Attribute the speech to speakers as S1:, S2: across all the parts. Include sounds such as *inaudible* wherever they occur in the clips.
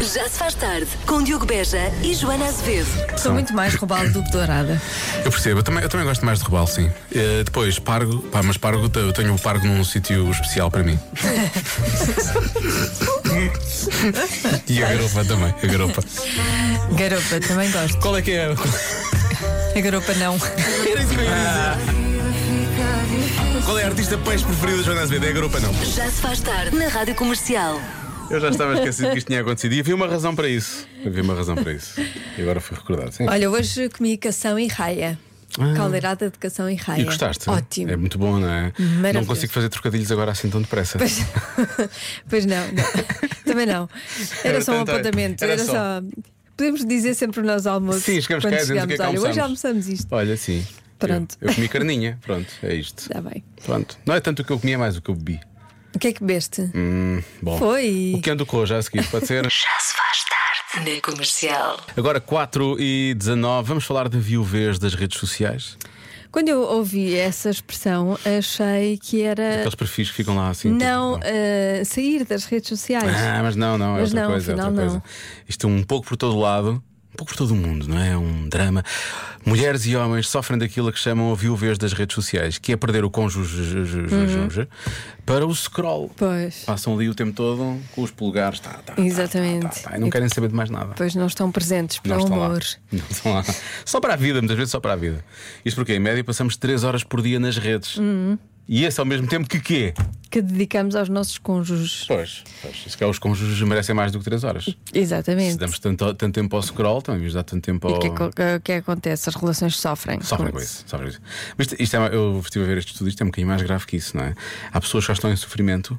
S1: Já se faz tarde com Diogo Beja e Joana Azevedo.
S2: Sou muito mais robalo do que dourada.
S3: Eu percebo, eu também, eu também gosto mais de robalo, sim. Eh, depois, pargo, pá, mas pargo, te- eu tenho o pargo num sítio especial
S2: *laughs*
S3: para mim. e a garopa também, a garopa.
S2: *laughs* Garopa, também gosto.
S3: Qual é que é?
S2: A garopa não.
S3: *laughs* Era isso que eu ia dizer. Ah. Qual é a artista peixe preferida de Joana Azevedo? É a garopa, não.
S1: Já se faz tarde na Rádio Comercial.
S3: Eu já estava esquecido que isto tinha acontecido e havia uma razão para isso. Havia uma razão para isso. E agora fui recordado, sim.
S2: Olha, hoje comi cação e raia. Caldeirada de cação e raia.
S3: Ah. E gostaste?
S2: Ótimo.
S3: É muito bom, não é? Não
S2: Maravilhoso.
S3: consigo fazer trocadilhos agora assim tão
S2: *laughs*
S3: depressa.
S2: Pois, pois não, não. também não. Era,
S3: Era
S2: só um
S3: tanto-
S2: apontamento.
S3: era
S2: Era só.
S3: só.
S2: Podemos dizer sempre nós ao almoço.
S3: Sim, chegamos
S2: quando
S3: cá e dizemos o que
S2: chegamos.
S3: é que
S2: Olha, hoje
S3: almoçamos.
S2: almoçamos isto.
S3: Olha, sim.
S2: Pronto. Tá.
S3: Eu, eu comi carninha, pronto, é isto.
S2: Está bem.
S3: Pronto. Não é tanto o que eu comi, é mais o que eu bebi.
S2: O que é que beste?
S3: Bom.
S2: Foi.
S3: Hum. O que ando com já a seguir,
S2: *laughs*
S3: pode ser?
S1: Já se faz tarde na Comercial.
S3: Agora 4 e 19, vamos falar da viuvez das redes sociais.
S2: Quando eu ouvi essa expressão, achei que era.
S3: Aqueles perfis que ficam lá assim. tipo,
S2: Ah, Não ah, sair das redes sociais.
S3: Ah, mas não, não, é
S2: Mas
S3: outra
S2: não,
S3: coisa, é outra
S2: afinal,
S3: coisa.
S2: não.
S3: Isto é um pouco por todo lado, um pouco por todo o mundo, não é? É um drama. Mulheres e homens sofrem daquilo a que chamam a viuvez das redes sociais, que é perder o cônjuge ju- ju- ju-
S2: Uhum.
S3: ju- para o scroll.
S2: Pois.
S3: Passam ali o tempo todo com os polegares, tá, tá, tá,
S2: Exatamente.
S3: tá, tá, e não querem saber de mais nada.
S2: Pois não estão presentes para
S3: Não
S2: o
S3: estão lá.
S2: amor.
S3: *laughs* Não estão lá. Só para a vida, muitas vezes só para a vida. Isto porque, em média, passamos 3 horas por dia nas redes.
S2: Uhum.
S3: E esse ao mesmo tempo que quê?
S2: Que dedicamos aos nossos cônjuges.
S3: Pois, pois. Isso que é, os cônjuges merecem mais do que 3 horas. Se
S2: Exatamente.
S3: damos tanto, tanto tempo ao scroll, também vamos dar tanto tempo
S2: E
S3: ao.
S2: o que, é que- o que acontece? As relações sofrem.
S3: Sofrem com isso, sofrem com isso. Mas isto, isto é- eu estive a ver este estudo, isto é um bocadinho mais grave que isso, não é? Há pessoas que já estão em sofrimento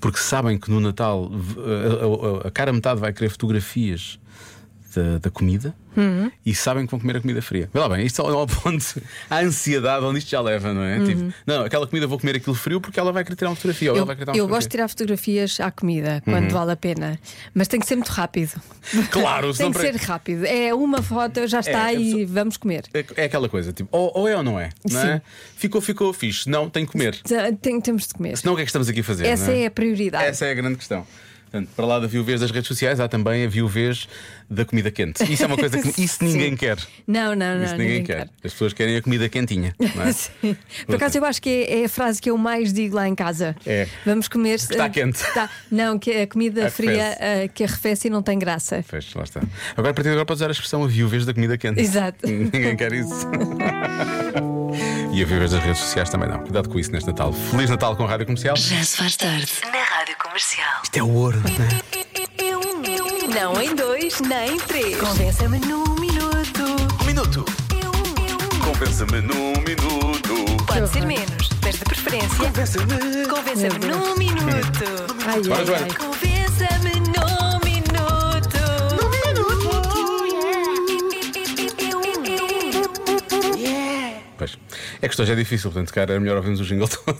S3: porque sabem que no Natal v- a, a- a- a cara metade vai querer fotografias da, da comida
S2: Uhum.
S3: e sabem que vão comer a comida fria. Vê lá bem, isto é ao *laughs* ponto, a ansiedade onde isto já leva, não é? Tipo, não, aquela comida eu vou comer aquilo frio porque ela vai querer tirar uma fotografia. ou
S2: Uhum. Eu,
S3: ela vai um querer tirar
S2: eu
S3: uma
S2: gosto de tirar
S3: fotografia.
S2: fotografias à comida
S3: Uhum.
S2: quando vale a pena, mas tem que ser muito rápido. *laughs*
S3: Claro,
S2: tem
S3: senão
S2: que
S3: para-
S2: ser rápido. É uma foto, já está
S3: é
S2: e vamos comer.
S3: É, é aquela coisa, tipo, ou, ou é ou não é, não é?
S2: Sim.
S3: Ficou, ficou fixe, não, tem que comer.
S2: Tem- tem- temos de comer.
S3: Senão o que é que estamos aqui a fazer?
S2: Essa
S3: não
S2: é a prioridade.
S3: Essa é a grande questão. Portanto, para lá da viuvez das redes sociais, há também a viuvez da comida quente. Isso é uma coisa
S2: *laughs*
S3: que isso ninguém
S2: Sim.
S3: quer.
S2: Não, não, não.
S3: isso ninguém, quer. As pessoas querem a comida quentinha. Não é?
S2: *laughs* Sim. Por acaso eu acho que é, é a frase que eu mais digo lá em casa.
S3: É.
S2: Vamos comer.
S3: Está quente.
S2: Está- não, que a comida
S3: Arrefece.
S2: fria ah, que arrefece e não tem graça.
S3: Pois, lá está. Agora, a partir de agora, podes usar a expressão a viuvez da comida quente.
S2: Exato.
S3: *laughs* Ninguém quer
S2: *laughs*
S3: isso. e a viuvez das redes sociais também não. Cuidado com isso neste Natal. Feliz Natal com a Rádio Comercial.
S1: Já se faz tarde na Rádio Comercial.
S3: Isto é ouro, não é?
S2: Não em dois, nem em três.
S1: Convença-me num minuto.
S3: Um minuto. Compensa-me num Um minuto.
S1: Pode ser menos, mas de preferência. Convença-me
S3: Um
S2: Meu Deus.
S1: num minuto.
S2: Ai,
S3: Bora,
S2: ai,
S3: Joana.
S2: ai.
S1: Convença-me num minuto.
S3: Pois. É que isto hoje é difícil, portanto, cara, era melhor ouvirmos o jingle *laughs* todo.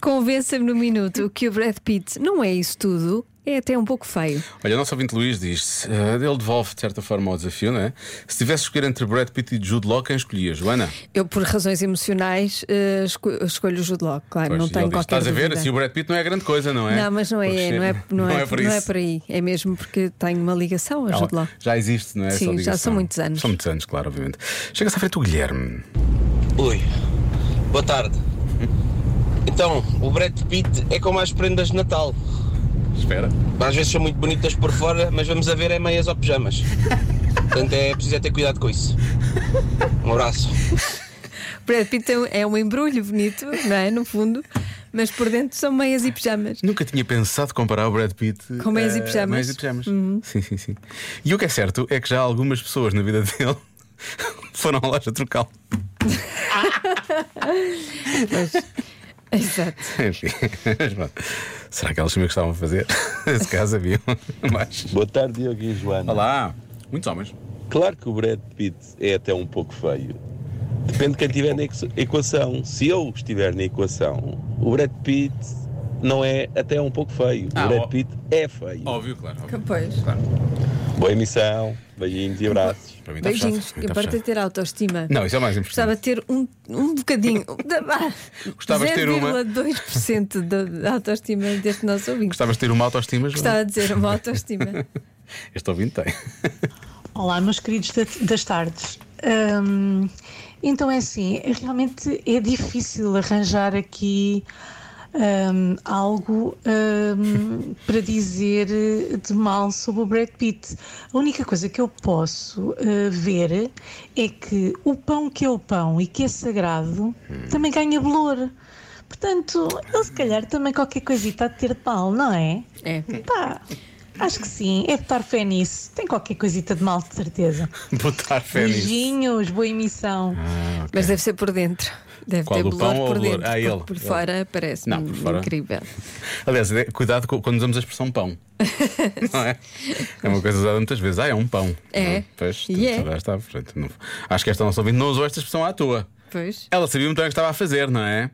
S2: Convença-me no minuto que o Brad Pitt não é isso tudo. É até um pouco feio.
S3: Olha, o nosso ouvinte Luís diz: eh, ele devolve de certa forma ao desafio, não é? Se tivesse de escolher entre Brad Pitt e Jude Law, quem escolhia? Joana?
S2: Eu, por razões emocionais, eh, esco- escolho o Jude Law, claro,
S3: Pois,
S2: não
S3: ele
S2: tenho
S3: diz,
S2: qualquer
S3: Estás a ver?
S2: dúvida.
S3: Assim, o Brad Pitt não é grande coisa, não é?
S2: Não, mas não
S3: Porque-
S2: é, não é,
S3: *laughs*
S2: não é,
S3: por
S2: não é
S3: isso. Ah,
S2: por aí. É mesmo porque tenho uma ligação ao
S3: Ela-
S2: Jude Law.
S3: Já existe, não é?
S2: Sim,
S3: Essa
S2: já
S3: ligação.
S2: são muitos anos.
S3: São muitos anos, claro, obviamente. Chega-se à frente o Guilherme.
S4: Oi, boa tarde. Então, o Brad Pitt é como as prendas de Natal.
S3: Espera.
S4: Às vezes são muito bonitas por fora, mas vamos a ver é meias ou pijamas. Portanto, é preciso é ter cuidado com isso. Um abraço.
S2: Brad Pitt é um- é um embrulho bonito, não é? No fundo, mas por dentro são meias e pijamas.
S3: Nunca tinha pensado comparar o Brad Pitt
S2: Com meias e
S3: eh,
S2: pijamas. Uhum.
S3: meias e pijamas. Sim, sim, sim. E o que é certo é que já algumas pessoas na vida *laughs* dele foram à loja trocá-lo.
S2: *laughs* Exato.
S3: *laughs* Enfim, mas pronto. será que elas sabiam o que estavam a fazer? *laughs* Nesse caso haviam. *laughs* Mas.
S5: Boa tarde, Diogo e Joana.
S3: Olá! Muitos homens.
S5: Claro que o Brad Pitt é até um pouco feio. Depende de quem estiver na equa- equação. Se eu estiver na equação, o Brad Pitt não é até um pouco feio.
S3: Ah,
S5: o Brad
S3: ó-
S5: Pitt é feio.
S3: Óbvio, claro. óbvio.
S2: Pois.
S3: Claro.
S5: Boa emissão, beijinhos e abraços.
S3: Para mim está fechado.
S2: Beijinhos.
S3: Para mim
S2: Eu
S3: está
S2: parto a
S3: fechado.
S2: ter autoestima.
S3: Não, isso é o mais
S2: Gostava
S3: importante.
S2: de ter um, um
S3: *laughs*
S2: bocadinho.
S3: Gostavas de ter uma.
S2: 0,2% da da autoestima deste nosso ouvinte.
S3: Gostavas de ter uma autoestima, Joana?
S2: Gostava de dizer uma autoestima.
S3: Este ouvinte tem. *laughs*
S6: Olá, meus queridos da- das tardes. Hum, então é assim, realmente é difícil arranjar aqui hum, algo hum, *laughs* para dizer de mal sobre o Brad Pitt. A única coisa que eu posso eh, ver é que o pão que é o pão e que é sagrado também ganha valor. Portanto, ele se calhar também qualquer coisita a ter de mal, não é?
S2: É.
S6: Pá, acho que sim. É de estar fé nisso. Tem qualquer coisita de mal, de certeza.
S3: Botar fé nisso.
S6: Beijinhos, boa emissão.
S3: Ah, ok.
S2: Mas deve ser por dentro. Deve
S3: Qual,
S2: ter
S3: o
S2: bolor
S3: pão ou
S2: por
S3: o bolor?
S2: dentro.
S3: Ah,
S2: porque
S3: ele,
S2: por
S3: ele.
S2: fora parece
S3: Não, por fora.
S2: incrível.
S3: Aliás, é- cuidado co- quando usamos a
S2: *laughs*
S3: expressão pão. não é? É uma coisa usada muitas vezes. Ah, é um pão.
S2: É.
S3: Não Pois,
S2: E é.
S3: já está. Portanto, não- Acho que esta nossa ouvinte não usou esta expressão à toa.
S2: Pois.
S3: Ela sabia muito bem o que estava a fazer, não é?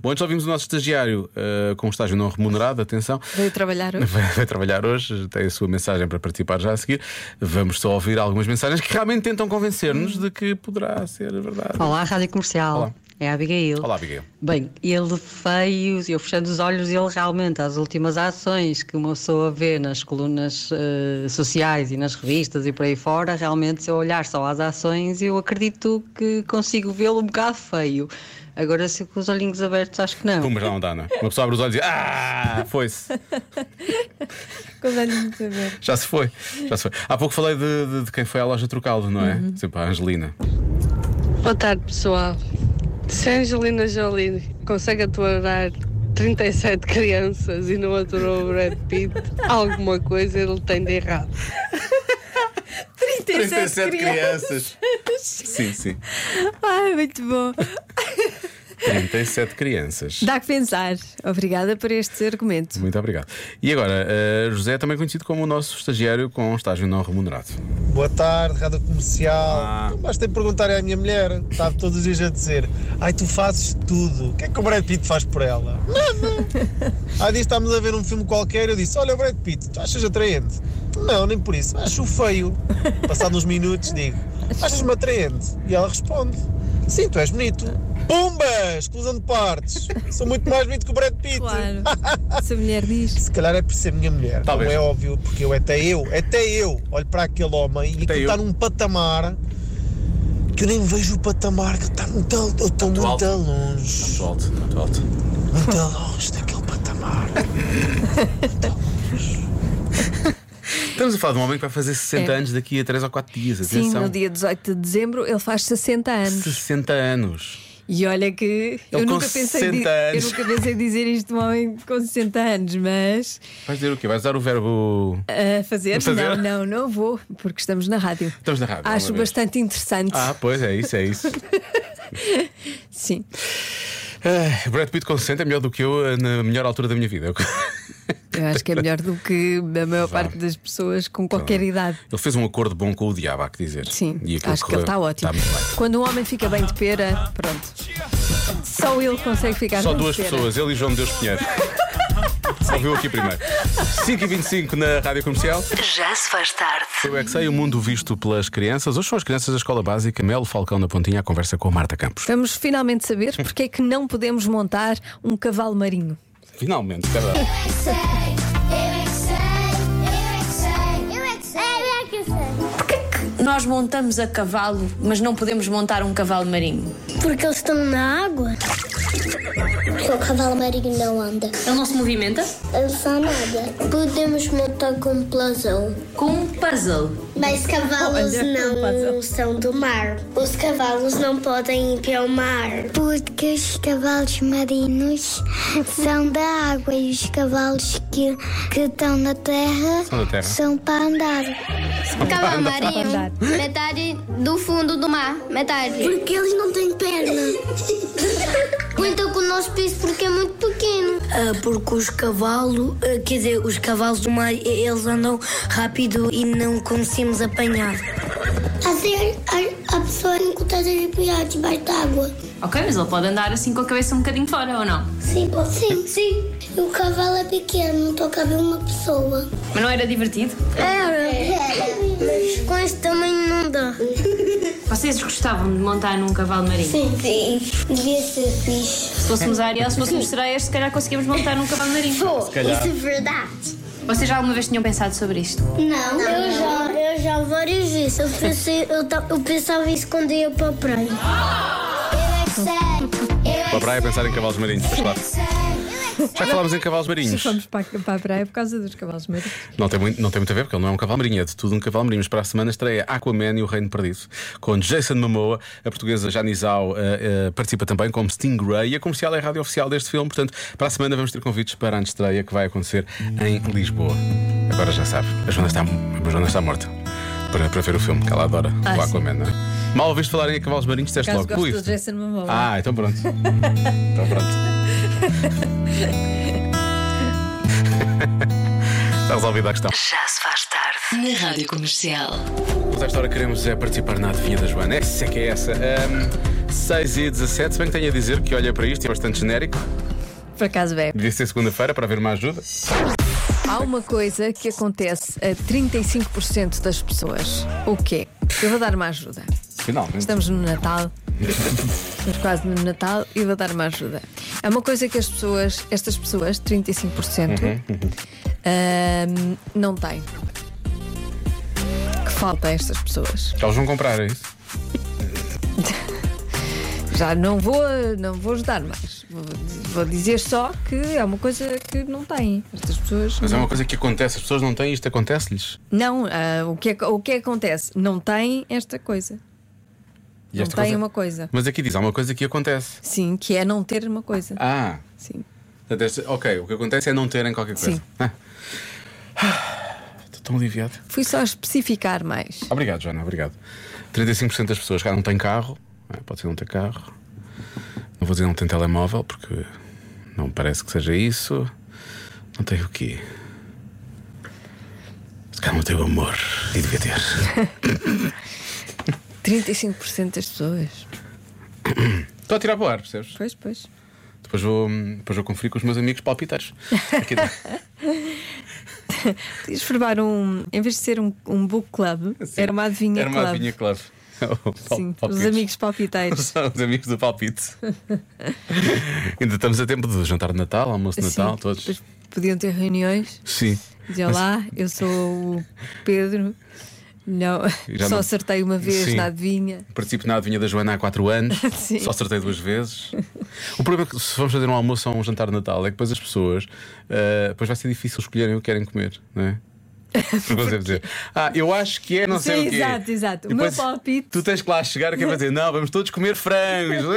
S3: Bom, antes ouvimos o nosso estagiário eh, com um estágio não remunerado, atenção.
S2: Veio trabalhar hoje.
S3: *laughs* Vai, vai trabalhar hoje, tem a sua mensagem para participar já a seguir. Vamos só ouvir algumas mensagens que realmente tentam convencer-nos de que poderá ser verdade.
S7: Olá, Rádio Comercial.
S3: Olá.
S7: É a Abigail.
S3: Olá, Abigail.
S7: Bem, ele feio, eu fechando os olhos, ele realmente, as últimas ações que uma pessoa vê nas colunas eh, sociais e nas revistas e por aí fora, realmente, se eu olhar só às ações, eu acredito que consigo vê-lo um bocado feio. Agora, se com os olhinhos abertos, acho que não.
S3: Pumba, já não dá, não é? Uma pessoa abre os olhos e diz: Ah, foi-se.
S2: Quando olho-me saber.
S3: Já se foi. Já se foi. Há pouco falei de, de- de quem foi à loja trocá-lo, não é? Sempre a Angelina.
S8: Boa tarde, pessoal. Se a Angelina Jolie consegue aturar 37 crianças e não aturou o Brad
S7: *laughs*
S8: Pitt, alguma coisa ele tem de errado.
S2: 37, crianças.
S3: sim, sim.
S2: *laughs* Ai, muito bom.
S3: 37 crianças.
S2: Dá que pensar. Obrigada por este argumento.
S3: Muito obrigado. E agora, eh, José é também conhecido como o nosso estagiário com estágio não remunerado.
S9: Boa tarde, Rádio Comercial.
S3: Ah.
S9: Não basta perguntar à minha mulher, estava todos os dias a dizer: Ai, tu fazes tudo, o que é que o Brad Pitt faz por ela? Nada! Há dias estávamos a ver um filme qualquer eu disse: Olha, o Brad Pitt, tu achas atraente? Não, nem por isso, acho feio. Passado uns minutos digo: Achas-me atraente? E ela responde: Sim, tu és bonito. Pumba! Exclusão de partes! Sou muito mais bonito que o Brad Pitt!
S2: Claro. Se a mulher diz.
S9: Se calhar é por ser minha mulher,
S3: Talvez.
S9: não é óbvio, porque eu até eu, até eu olho para aquele homem e
S3: Até
S9: aquilo está
S3: eu.
S9: num patamar que eu nem vejo o patamar, que está muito, al- eu estou muito
S3: alto.
S9: longe,
S3: Alto, muito alto.
S9: muito longe daquele patamar.
S3: Estamos a falar de um homem que vai fazer 60
S2: É.
S3: anos daqui a 3 ou 4 dias.
S2: Sim,
S3: Atenção.
S2: no dia 18 de dezembro ele faz 60 anos.
S3: 60 anos.
S2: E olha que eu
S3: Ele com
S2: nunca, pensei
S3: 60
S2: di- eu
S3: anos.
S2: nunca pensei dizer isto de um homem com 60 anos, mas
S3: Vais dizer o quê? Vais usar o verbo.
S2: a fazer, Não,
S3: Fazer?
S2: não, não vou, porque estamos na rádio.
S3: Estamos na rádio,
S2: Acho
S3: uma vez.
S2: bastante interessante.
S3: Ah, pois é isso, é
S2: *laughs*
S3: isso.
S2: Sim.
S3: Ah, Brad Pitt com 60 é melhor do que eu eh, na melhor altura da minha vida. *laughs*
S2: Eu acho que é melhor do que a maior parte das pessoas com qualquer idade.
S3: Ele fez um acordo bom com o diabo, há que dizer.
S2: Sim,
S3: Então, E aquilo
S2: acho que ele
S3: correu-
S2: está ótimo.
S3: Está muito bem.
S2: Quando um homem fica bem de pera, pronto. Só ele consegue ficar
S3: Só
S2: bem de
S3: duas
S2: pera.
S3: pessoas, ele e João de Deus Pinheiro.
S2: *laughs*
S3: Só viu aqui primeiro. 5h25 na Rádio Comercial.
S1: Já se faz tarde.
S3: Eu é que sei, o mundo visto pelas crianças. Hoje são as crianças da Escola Básica Melo Falcão da Pontinha a conversa com a Marta Campos.
S2: Vamos finalmente saber porque é que não podemos montar um cavalo marinho.
S3: Finalmente, é verdade.
S10: Porquê que nós montamos a cavalo, mas não podemos montar um cavalo marinho?
S11: Porque eles estão na água. Porque o cavalo marinho não anda.
S10: Ele não se movimenta?
S11: Ele só nada. Podemos montar com um plasão.
S10: Com um puzzle.
S11: Mas cavalos não são do mar. Os cavalos não podem ir para o mar. Porque os cavalos marinhos são da água e os cavalos que, que estão na terra
S3: São da terra.
S11: são para andar. O cavalo marinho, metade do fundo do mar, metade. Porque eles não têm perna. Então com o nosso piso porque é muito pequeno. Ah, porque os cavalos, quer dizer, os cavalos do mar, eles andam rápido e não conseguimos apanhar. Assim a, a pessoa é não consegue respirar debaixo d'água.
S10: Ok, mas ele pode andar assim com a cabeça um bocadinho fora, ou não?
S11: Sim, sim, sim. E o cavalo é pequeno, não toca bem uma pessoa.
S10: Mas não era divertido?
S11: É. mas com este tamanho não dá.
S10: Vocês gostavam de montar num cavalo marinho?
S11: Sim. Sim. Devia ser fixe.
S10: Se fôssemos a Ariel, se fôssemos sereias, se calhar conseguíamos montar um- num cavalo marinho.
S3: calhar. isso é
S11: verdade.
S10: Vocês já alguma vez tinham pensado sobre isto?
S11: Não, eu já, eu já várias vezes. Eu, pensei, eu, ta- eu pensava isso quando ia para a praia. Eu é que sei. Eu é
S3: Para a praia a pensar em cavalos marinhos,
S2: *laughs*
S3: mas claro. Já falámos em cavalos marinhos.
S2: Fomos para, a- para a praia por causa dos cavalos marinhos.
S3: Não tem, muito, não tem muito a ver, porque ele não é um cavalo marinho, é de tudo um cavalo marinho. Mas para a semana estreia Aquaman e o Reino Perdido, com Jason Momoa, a portuguesa Janizal eh, participa também como Stingray e a comercial é a rádio oficial deste filme. Portanto, para a semana vamos ter convites para a estreia que vai acontecer em Lisboa. Agora já sabe, a Joana está, a Joana está morta para, para ver o filme, que ela adora,
S2: Ah,
S3: o
S2: sim.
S3: Aquaman, não é? Mal ouviste falar em cavalos marinhos,
S2: Por
S3: disseste
S2: acaso
S3: logo.
S2: gosto do
S3: "Ui,
S2: Jason Momoa.
S3: Ah, então pronto. Então *laughs* pronto. Está Tá resolvida a questão.
S1: Já se faz tarde na Rádio Comercial.
S3: Mas a esta hora queremos é participar na adivinha da Joana. Essa é que é essa. Ahm, 6 e 17, se bem que tenho a dizer que olha para isto, é bastante genérico.
S2: Por acaso é.
S3: Devia ser segunda-feira para haver uma ajuda.
S2: Há uma coisa que acontece a 35% das pessoas. O quê? Eu vou dar uma ajuda.
S3: Finalmente.
S2: Estamos no Natal. Estamos quase no Natal e vou dar uma ajuda. É uma coisa que as pessoas, estas pessoas, 35%,
S3: Uhum,
S2: ahm, não têm. Que falta a estas pessoas.
S3: Eles vão comprar, é isso?
S2: Já não vou, não vou ajudar mais. Vou, vou dizer só que é uma coisa que não têm. Estas pessoas.
S3: Mas é
S2: não-
S3: uma coisa que acontece, as pessoas não têm isto, acontece-lhes.
S2: Não, ah, o, que é, que- o que acontece? Não têm esta coisa.
S3: E
S2: não
S3: esta
S2: têm
S3: coisa-
S2: uma coisa.
S3: Mas aqui diz, há uma coisa que acontece.
S2: Sim, que é não ter uma coisa.
S3: Ah.
S2: Sim.
S3: Portanto, este- Ok, o que acontece é não terem qualquer coisa.
S2: Sim.
S3: Ah. Estou tão aliviado.
S2: Fui só especificar mais.
S3: Obrigado, Joana, obrigado. 35% das pessoas cá não têm carro, não é? pode ser não ter carro. Não vou dizer não tem telemóvel, porque não parece que seja isso. Não tem o quê? Se calhar não tem o amor, e devia ter.
S2: 35% das pessoas.
S3: Estou a tirar para o ar, percebes?
S2: Pois, pois.
S3: Depois vou, depois vou conferir com os meus amigos palpiteiros. Aqui tá. dá.
S2: Podias formar um. Em vez de ser um, um book club, *laughs* era uma adivinha
S3: Era uma
S2: club.
S3: adivinha club. *laughs*
S2: Sim,
S3: Palpites.
S2: os amigos palpiteiros.
S3: São *laughs* os amigos do
S2: *laughs*
S3: palpite. Ainda estamos a tempo de jantar de Natal, almoço de
S2: Sim,
S3: Natal, todos.
S2: depois Podiam ter reuniões.
S3: Sim.
S2: Dizer
S3: Mas-
S2: olá, eu sou o Pedro. Não,
S3: Já
S2: só
S3: não-
S2: acertei uma vez
S3: Sim.
S2: na adivinha.
S3: Participo na adivinha da Joana há 4 anos,
S2: *laughs* Sim.
S3: só acertei duas vezes. O problema é que se vamos fazer um almoço ou um jantar de Natal é que depois as pessoas ah, depois vai ser difícil escolherem o que querem comer,
S2: *laughs*
S3: não é? Porque vão sempre dizer, ah, eu acho que é não sei
S2: Sim,
S3: o quê.
S2: exato, exato.
S3: E
S2: O meu
S3: depois
S2: palpite-
S3: Tu tens que lá chegar e quer dizer, não, vamos todos comer frangos.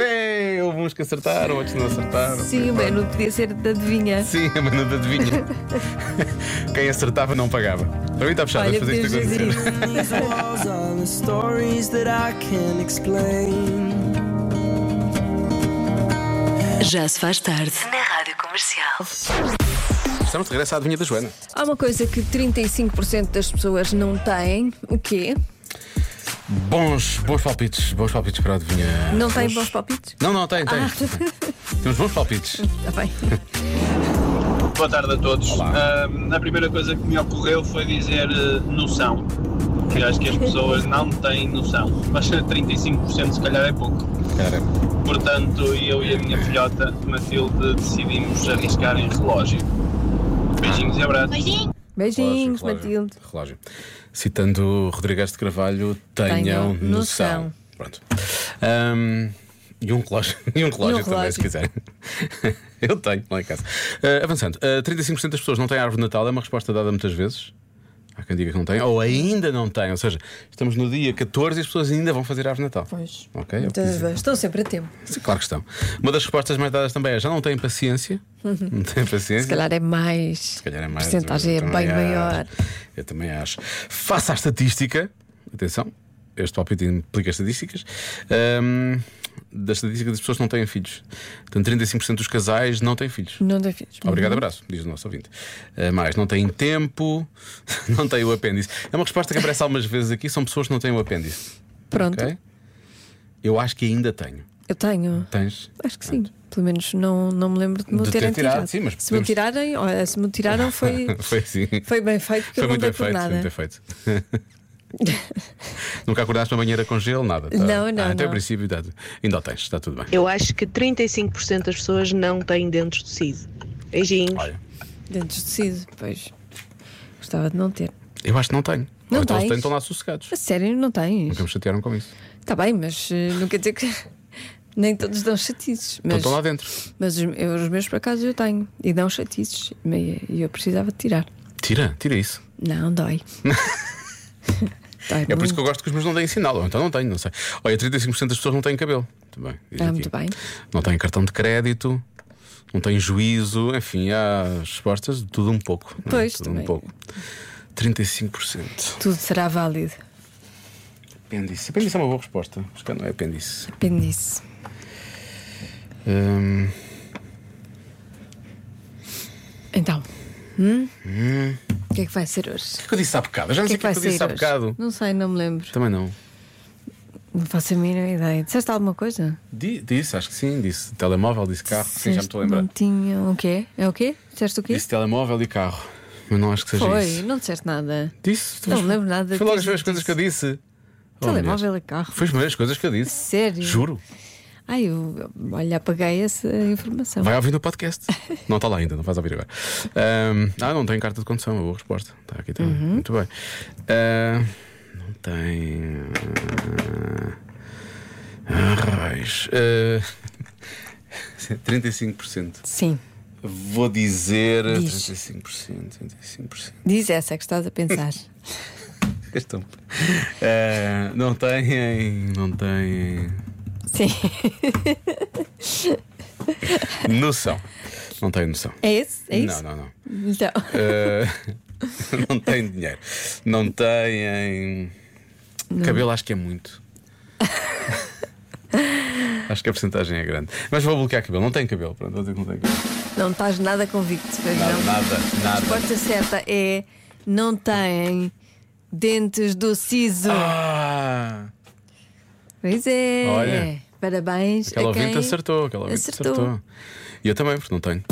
S2: *laughs*
S3: Ei, houve uns que acertaram, outros não acertaram.
S2: Sim, o menu podia ser da adivinha.
S3: Sim, a manu da adivinha.
S2: *laughs*
S3: Quem acertava não pagava. Para mim está fechado,
S2: Olha,
S3: vamos fazer isto
S2: podemos
S3: acontecer.
S2: fazer
S12: These walls are the stories that I can explain.
S1: Já se faz tarde na Rádio Comercial.
S3: Estamos de regresso à adivinha da Joana.
S2: Há uma coisa que 35% das pessoas não têm. O quê?
S3: Bons, bons palpites, bons palpites para adivinhar.
S2: Não têm bons palpites?
S3: Não, não, tem, tem.
S2: Ah. *laughs*
S3: Temos bons palpites.
S2: Está bem.
S13: Boa tarde a todos. Ahm, a primeira coisa que me ocorreu foi dizer eh, noção. Que acho que as pessoas não têm noção. Mas *laughs* 35% se calhar é pouco. Portanto, eu e a minha filhota Matilde decidimos arriscar em relógio. Beijinhos e abraços.
S2: Beijinhos,
S3: Relógio, relógio.
S2: Matilde.
S3: Relógio. Citando o Rodrigues de Carvalho, tenham
S2: Tenham
S3: noção.
S2: noção.
S3: Pronto. Ahm, e um relógio, *laughs* e um relógio
S2: E um
S3: também,
S2: relógio.
S3: se quiserem. *laughs* Eu tenho lá em casa. Ah, avançando, ah, 35% das pessoas não têm árvore de Natal, é uma resposta dada muitas vezes. Há quem diga que não tem, ou ainda não tem. Ou seja, estamos no dia 14 e as pessoas ainda vão fazer árvore de Natal.
S2: Pois.
S3: Ok? é o que
S2: Muitas
S3: dizem.
S2: vezes. Estão sempre a tempo.
S3: Sim, claro que estão. Uma das respostas mais dadas também é: já não têm paciência. Não têm paciência.
S2: Uhum. Se calhar é mais. Se
S3: calhar é mais.
S2: A porcentagem é
S3: eu também
S2: bem
S3: acho.
S2: maior.
S3: Eu também acho. Faça a estatística. Atenção, este palpite implica estatísticas. Ahm, da estatística das pessoas que não têm filhos. Então, 35% dos casais não têm filhos.
S2: Não tem filhos.
S3: Obrigado, abraço, diz o nosso ouvinte. Ah, mais, não têm tempo, *laughs* não têm o apêndice. É uma resposta que aparece algumas vezes aqui: são pessoas que não têm o apêndice.
S2: Pronto.
S3: ok? Eu acho que ainda tenho.
S2: Eu tenho.
S3: Tens?
S2: Acho que sim. Pelo menos não, não me lembro de me
S3: De ter
S2: terem
S3: tirado,
S2: tirado.
S3: sim, mas
S2: se me
S3: podemos-
S2: tirarem, olha, se me tiraram foi,
S3: *laughs* Foi sim.
S2: foi bem feito porque
S3: Foi
S2: eu não
S3: muito
S2: dei
S3: bem
S2: por
S3: feito, foi
S2: nada.
S3: muito bem feito. *laughs* Nunca acordaste numa banheira com gelo, nada. tá?
S2: Não, não,
S3: Ah, até o
S2: não.
S3: princípio tá- ainda o tens, está tudo bem.
S14: Eu acho que 35% das pessoas não têm dentes de siso. Beijinhos.
S2: Dentes de siso, pois. Gostava de não ter.
S3: Eu acho que não tenho.
S2: Não
S3: Ou então se
S2: tens?
S3: tenho, estão lá sossegados.
S2: A sério, não tens.
S3: Nunca me chatearam com isso. Então,
S2: Está bem, mas eh, não quer dizer que. *laughs* Nem todos dão chatices.
S3: Então
S2: Mas,
S3: estão lá dentro.
S2: mas os, eu- os meus, por acaso, eu tenho. E dão chatices. E e eu precisava de tirar.
S3: Tira, tira isso.
S2: Não,
S3: *laughs*
S2: dói. dói
S3: É por isso
S2: muito.
S3: que eu gosto que os meus não deem sinal. Ou então não tenho, não sei. Olha, 35% das pessoas não têm cabelo. Muito bem. diz
S2: Ah,
S3: aqui.
S2: muito bem.
S3: Não têm cartão de crédito, não têm juízo, enfim, há respostas de tudo um pouco. não é?
S2: Pois,
S3: tudo
S2: também.
S3: um pouco. 35%.
S2: Tudo será válido.
S3: Apêndice. Apêndice é uma boa resposta. Acho que não é apêndice.
S2: Apêndice.
S3: Hum,
S2: Então. hum?
S3: hum.
S2: O que é que vai ser hoje?
S3: O que eu disse há bocado? Eu já não sei o que, é que eu disse há bocado.
S2: Não sei, não me lembro.
S3: Também não.
S2: Não faço a mínima ideia. Disseste alguma coisa?
S3: Di- Disse, acho que sim. Disse telemóvel, disse carro. Ah, Sim, já me estou a lembrar.
S2: Não tinha. O quê? É o quê? Disseste o quê?
S3: Disse telemóvel e carro. Mas não acho que seja
S2: Foi,
S3: isso.
S2: não disseste nada.
S3: Disse? tu-
S2: Não me lembro nada.
S3: Foi logo
S2: Disse-
S3: as primeiras coisas que eu disse. Oh, mulher.
S2: Telemóvel e carro.
S3: Foi as primeiras coisas que eu disse.
S2: Sério?
S3: Juro.
S2: Ai, eu, olha, apaguei essa informação.
S3: Vai ouvir no podcast. não está lá ainda, não vais ouvir agora. Ahm, ah, não tem carta de condução, é boa resposta. Está aqui, está.
S2: Uhum.
S3: Muito bem. Ah, não tem. Ah, raios. Ah, *laughs* 35%.
S2: Sim.
S3: Vou dizer.
S2: Diz.
S3: 35%, 35%. *laughs*
S2: Diz essa que estás a pensar.
S3: Estão- Ah, não têm. Não têm.
S2: Sim.
S3: Noção. Não tenho noção.
S2: É esse? É
S3: Não,
S2: isso?
S3: não, não.
S2: Então. *laughs*
S3: Eh, *laughs* não tem dinheiro. Não têm. Cabelo, acho que é muito. *laughs* acho que a porcentagem é grande. Mas vou bloquear cabelo. Não tem cabelo. Pronto, vou dizer que não tem cabelo.
S2: Não estás nada convicto, pois
S3: Nada,
S2: não?
S3: nada,
S2: A
S3: nada.
S2: resposta certa é não têm dentes do siso.
S3: Ah,
S2: Pois é.
S3: Olha.
S2: Parabéns.
S3: aquela
S2: a quem
S3: ouvinte acertou. Aquela ouvinte acertou. E eu também, porque não tenho.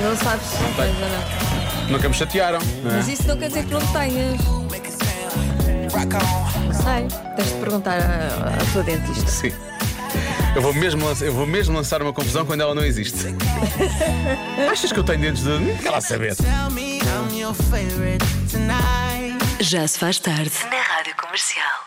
S2: Não sabes. Pois ou não.
S3: Nunca me chatearam. não é?
S2: Mas isso não quer dizer que não tenhas. Não Sei. Tens de perguntar à, à tua dentista.
S3: Sim. Eu vou, mesmo lançar, eu vou mesmo lançar uma confusão quando ela não existe. Achas que eu tenho dentes de. Quer lá saber?
S1: Já se faz tarde na Rádio Comercial.